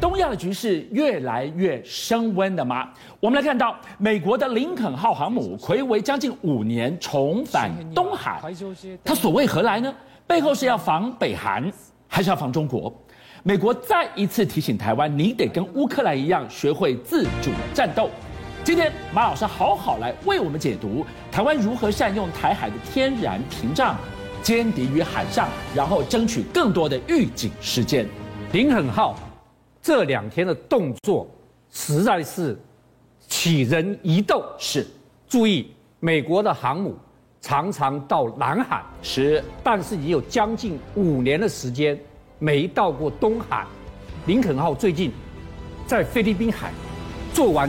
东亚的局势越来越升温了吗？我们来看到，美国的林肯号航母暌违将近五年重返东海，啊它所谓何来呢？背后是要防北韩，还是要防中国？美国再一次提醒台湾，你得跟乌克兰一样，学会自主战斗。今天马老师好好来为我们解读台湾如何善用台海的天然屏障，歼敌于海上，然后争取更多的预警时间。林肯号这两天的动作实在是起人疑窦。是注意，美国的航母常常到南海，是，但是也有将近五年的时间没到过东海。林肯号最近在菲律宾海做完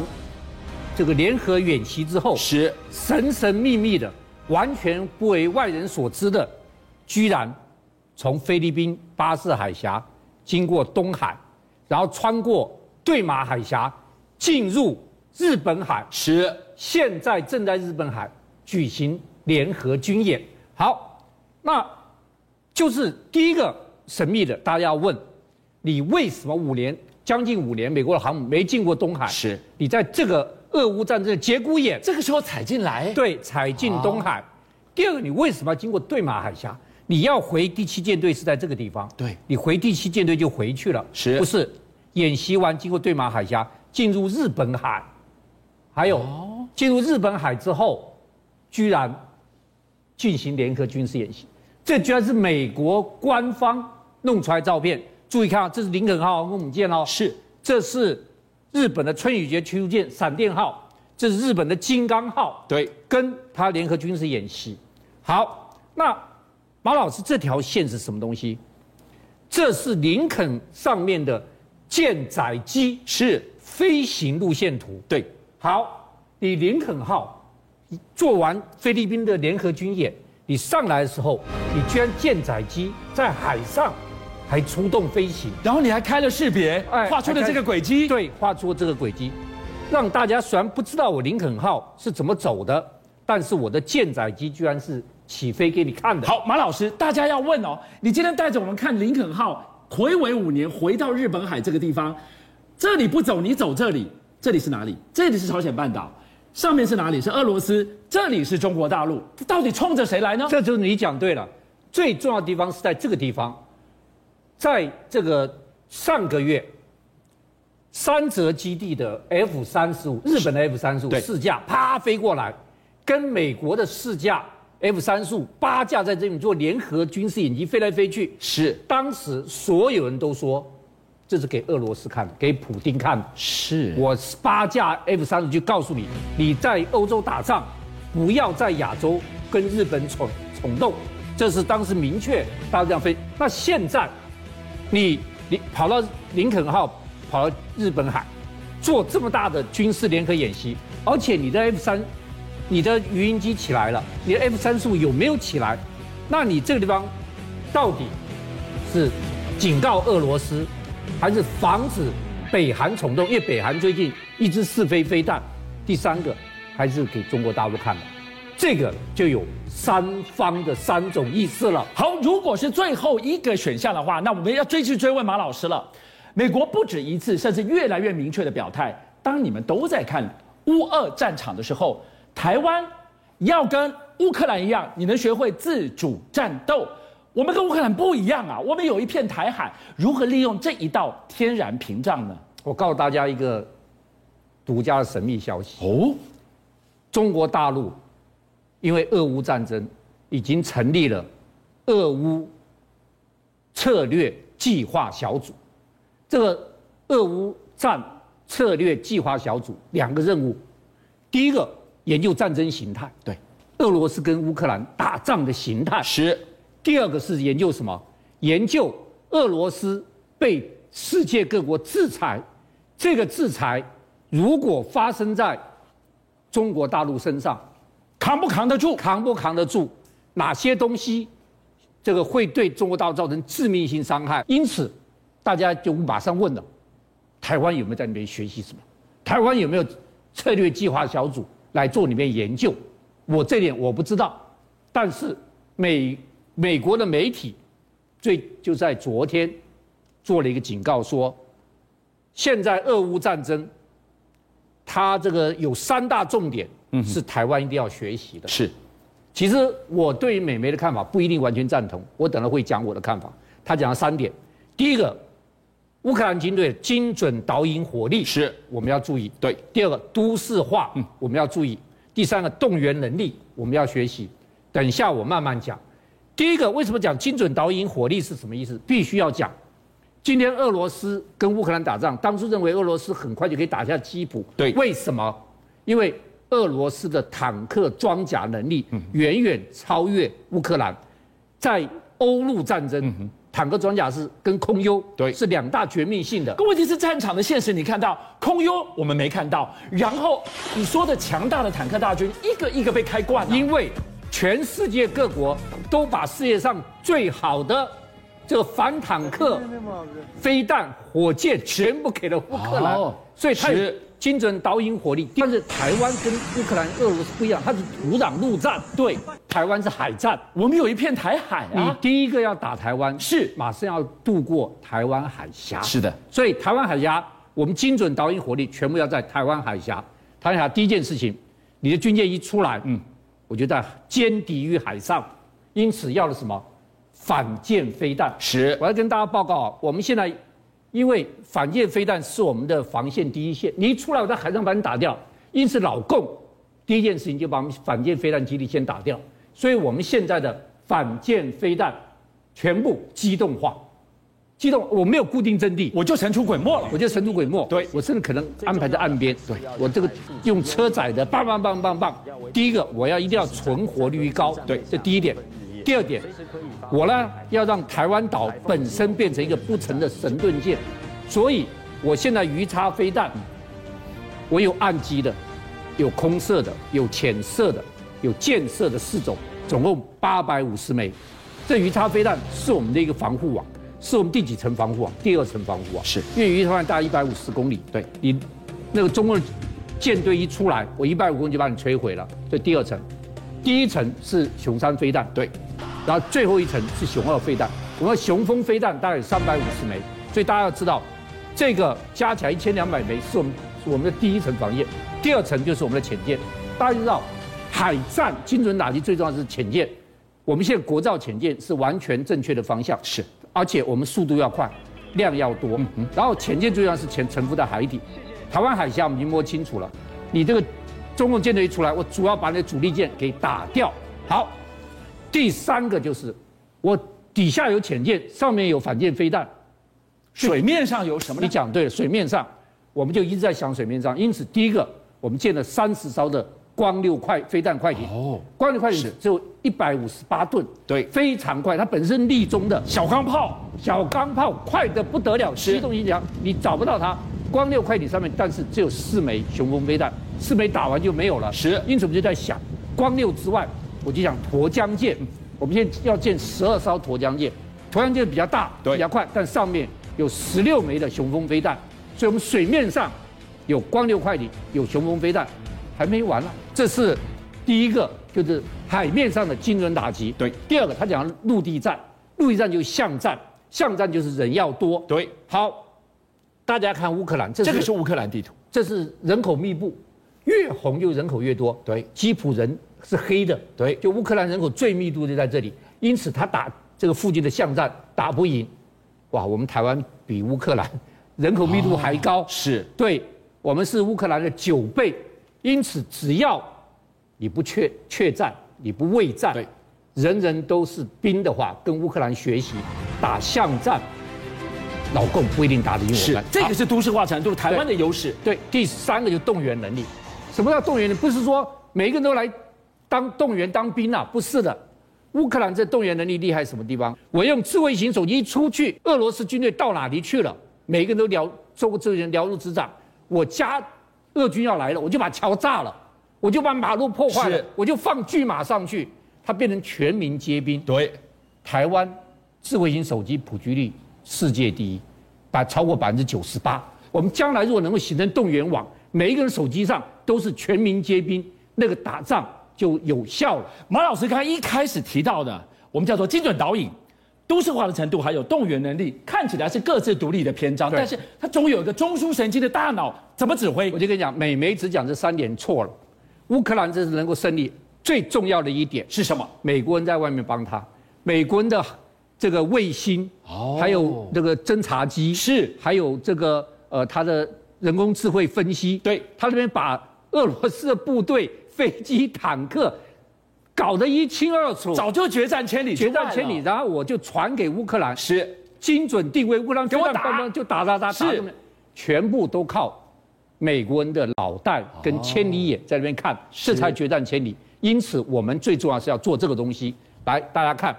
这个联合演习之后，是神神秘秘的，完全不为外人所知的，居然从菲律宾巴士海峡经过东海，然后穿过对马海峡，进入日本海，是现在正在日本海举行联合军演。好，那就是第一个神秘的，大家要问，你为什么五年将近五年，美国的航母没进过东海？是你在这个俄乌战争的节骨眼，这个时候踩进来，对，踩进东海。哦第二个，你为什么要经过对马海峡？你要回第七舰队是在这个地方，对你回第七舰队就回去了，是不是？演习完经过对马海峡，进入日本海，还有、哦进入日本海之后，居然进行联合军事演习，这居然是美国官方弄出来的照片。注意看啊，这是林肯号航空母舰哦，是这是日本的春雨节驱逐舰闪电号，这是日本的金刚号，对，跟他联合军事演习。好，那马老师这条线是什么东西？这是林肯上面的舰载机是，飞行路线图。对，好，你林肯号做完菲律宾的联合军演，你上来的时候，你居然舰载机在海上还出动飞行。然后你还开了识别，哎画出了这个轨迹，对，画出这个轨迹，让大家虽然不知道我林肯号是怎么走的，但是我的舰载机居然是起飞给你看的。好，马老师，大家要问哦，你今天带着我们看林肯号回违五年回到日本海这个地方，这里不走，你走这里，这里是哪里？这里是朝鲜半岛，上面是哪里？是俄罗斯，这里是中国大陆，到底冲着谁来呢？这就是你讲对了，最重要的地方是在这个地方，在这个上个月，三泽基地的 F 三十五，日本的 F 三十五对试驾啪飞过来，跟美国的试驾 F 三十五八架在这里做联合军事演习，飞来飞去。是当时所有人都说，这是给俄罗斯看的，给普京看的。是我八架 F 三十就告诉你，你在欧洲打仗，不要在亚洲跟日本冲冲动，这是当时明确大家这样分。那现在，你你跑到林肯号，跑到日本海，做这么大的军事联合演习，而且你的 F 三，你的鱼鹰机起来了，你的 F 三十五有没有起来？那你这个地方到底是警告俄罗斯，还是防止北韩冲动？因为北韩最近一直试飞飞弹。第三个，还是给中国大陆看的，这个就有三方的三种意思了。好，如果是最后一个选项的话，那我们要追去追问马老师了。美国不止一次，甚至越来越明确的表态：当你们都在看乌俄战场的时候，台湾要跟乌克兰一样，你能学会自主战斗。我们跟乌克兰不一样啊，我们有一片台海，如何利用这一道天然屏障呢？我告诉大家一个独家的神秘消息：哦，中国大陆因为俄乌战争，已经成立了俄乌策略计划小组。这个俄乌战策略计划小组两个任务，第一个研究战争形态，对，俄罗斯跟乌克兰打仗的形态；是第二个是研究什么？研究俄罗斯被世界各国制裁，这个制裁如果发生在中国大陆身上，扛不扛得住？扛不扛得住？哪些东西这个会对中国大陆造成致命性伤害？因此，大家就马上问了：台湾有没有在里面学习什么？台湾有没有策略计划小组来做里面研究？我这点我不知道，但是美美国的媒体最就在昨天做了一个警告说，现在俄乌战争，它这个有三大重点是台湾一定要学习的。是，其实我对于美媒的看法不一定完全赞同，我等下会讲我的看法。他讲了三点，第一个，乌克兰军队精准导引火力是我们要注意；对，第二个，都市化嗯我们要注意；第三个，动员能力我们要学习。等一下我慢慢讲。第一个，为什么讲精准导引火力是什么意思？必须要讲。今天俄罗斯跟乌克兰打仗，当初认为俄罗斯很快就可以打下基辅，对为什么？因为俄罗斯的坦克装甲能力嗯远远超越乌克兰，在欧陆战争，坦克装甲是跟空优嗯对是两大绝命性的。可问题是战场的现实，你看到空优我们没看到，然后你说的强大的坦克大军一个一个被开灌、啊，因为全世界各国都把世界上最好的这个反坦克、飞弹、火箭全部给了乌克兰哦，所以它有是精准导引火力。但是台湾跟乌克兰、俄罗斯不一样，它是土壤陆战，对，台湾是海战。我们有一片台海你啊，第一个要打台湾，是马上要渡过台湾海峡。是的，所以台湾海峡，我们精准导引火力全部要在台湾海峡。台湾海峡第一件事情，你的军舰一出来，嗯，我就在歼敌于海上，因此要了什么？反舰飞弹。是我要跟大家报告啊，我们现在因为反舰飞弹是我们的防线第一线，你一出来我在海上把你打掉，因此老共第一件事情就把我们反舰飞弹基地先打掉，所以我们现在的反舰飞弹全部机动化，机动我没有固定阵地，我就神出鬼没了。我就神出鬼没。对我甚至可能安排在岸边。对，我这个用车载的，棒棒棒棒棒。第一个，我要一定要存活率高。对这第一点。第二点，我呢要让台湾岛本身变成一个不成的神盾舰，所以我现在鱼叉飞弹，我有岸基的，有空射的，有潜射的，有箭射的四种，总共八百五十枚。这鱼叉飞弹是我们的一个防护网，是我们第几层防护网？第二层防护网。是因为鱼叉飞弹大概一百五十公里，对你那个中共的舰队一出来，我一百五公里就把你摧毁了。这第二层，第一层是熊山飞弹，对，然后最后一层是熊二飞弹。我们雄风飞弹大概有三百五十枚，所以大家要知道，这个加起来一千两百枚是我们是我们的第一层防线，第二层就是我们的潜舰。大家知道，海战精准打击最重要的是潜舰。我们现在国造潜舰是完全正确的方向，是，而且我们速度要快，量要多。然后潜舰最重要是潜沉浮在海底，台湾海峡我们已经摸清楚了。你这个中共舰队一出来，我主要把你的主力舰给打掉。好，第三个就是我底下有潜舰，上面有反舰飞弹。水面上有什么你呢？讲对了，水面上，我们就一直在想水面上。因此，第一个，我们建了三十艘的光六快飞弹快艇。哦哦，光六快艇是只有一百五十八吨，对非常快。它本身立中的小钢炮，小钢炮快得不得了，机动性强，你找不到它。光六快艇上面，但是只有四枚雄风飞弹，四枚打完就没有了。是因此我们就在想，光六之外，我就想沱江舰，我们现在要建十二艘沱江舰，沱江舰比较大，对比较快，但上面有十六枚的雄风飞弹，所以我们水面上有光六快艇，有雄风飞弹，还没完了。这是第一个，就是海面上的精准打击。对第二个他讲陆地战，陆地战就是巷战，巷战就是人要多。对，好，大家看乌克兰，这这个是乌克兰地图，这是人口密布，越红就人口越多。对基辅人是黑的，对就乌克兰人口最密度就在这里，因此他打这个附近的巷战打不赢，哇，我们台湾比乌克兰人口密度还高，哦是对我们是乌克兰的九倍，因此只要你不怯怯战，你不畏战，对，人人都是兵的话，跟乌克兰学习打巷战，老共不一定打得赢我是们，。这个是都市化程度，台湾的优势。对，第三个就是动员能力。什么叫动员能力？不是说每一个人都来当动员当兵啊，不是的。乌克兰这动员能力厉害什么地方？我用智慧型手机一出去，俄罗斯军队到哪里去了？每一个人都了，中国这些人了如指掌。我家俄军要来了，我就把桥炸了，我就把马路破坏了是，我就放巨马上去，它变成全民皆兵。对，台湾智慧型手机普及率世界第一，百超过百分之九十八。我们将来如果能够形成动员网，每一个人手机上都是全民皆兵，那个打仗就有效了。马老师刚才一开始提到的，我们叫做精准导引，都市化的程度还有动员能力，看起来是各自独立的篇章，对但是它总有一个中枢神经的大脑怎么指挥我。就跟你讲，美媒只讲这三点错了。乌克兰这次能够胜利，最重要的一点是什么？美国人在外面帮他，美国人的这个卫星，哦还有这个侦察机，是还有这个呃他的人工智慧分析，对他这边把俄罗斯的部队、飞机、坦克搞得一清二楚，早就决战千里，决战千里，，然后我就传给乌克兰，是精准定位乌克兰，给我飞打弹棒棒就打打打打，是这么全部都靠美国人的脑袋跟千里眼在那边哦看，这才决战千里。因此，我们最重要是要做这个东西。来，大家看，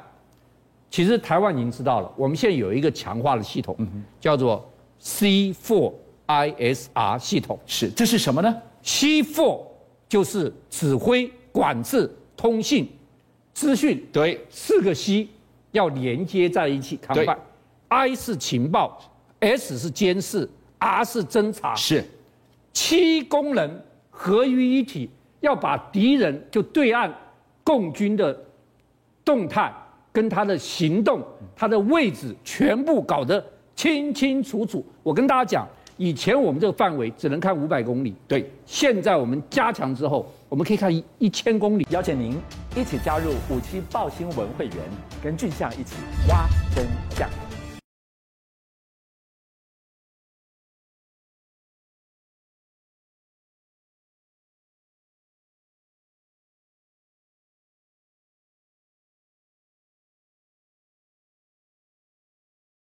其实台湾已经知道了，我们现在有一个强化的系统，嗯叫做 C4ISR 系统。是，这是什么呢？ C4 就是指挥、管制、通信、资讯对，四个 C 要连接在一起对 combine。I 是情报，S 是监视，R 是侦查，是七功能合于一体，要把敌人就对岸共军的动态跟他的行动、他的位置全部搞得清清楚楚。我跟大家讲，以前我们这个范围只能看五百公里，对。现在我们加强之后，我们可以看一一千公里。邀请您一起加入五七报新闻会员，跟俊相一起挖真相。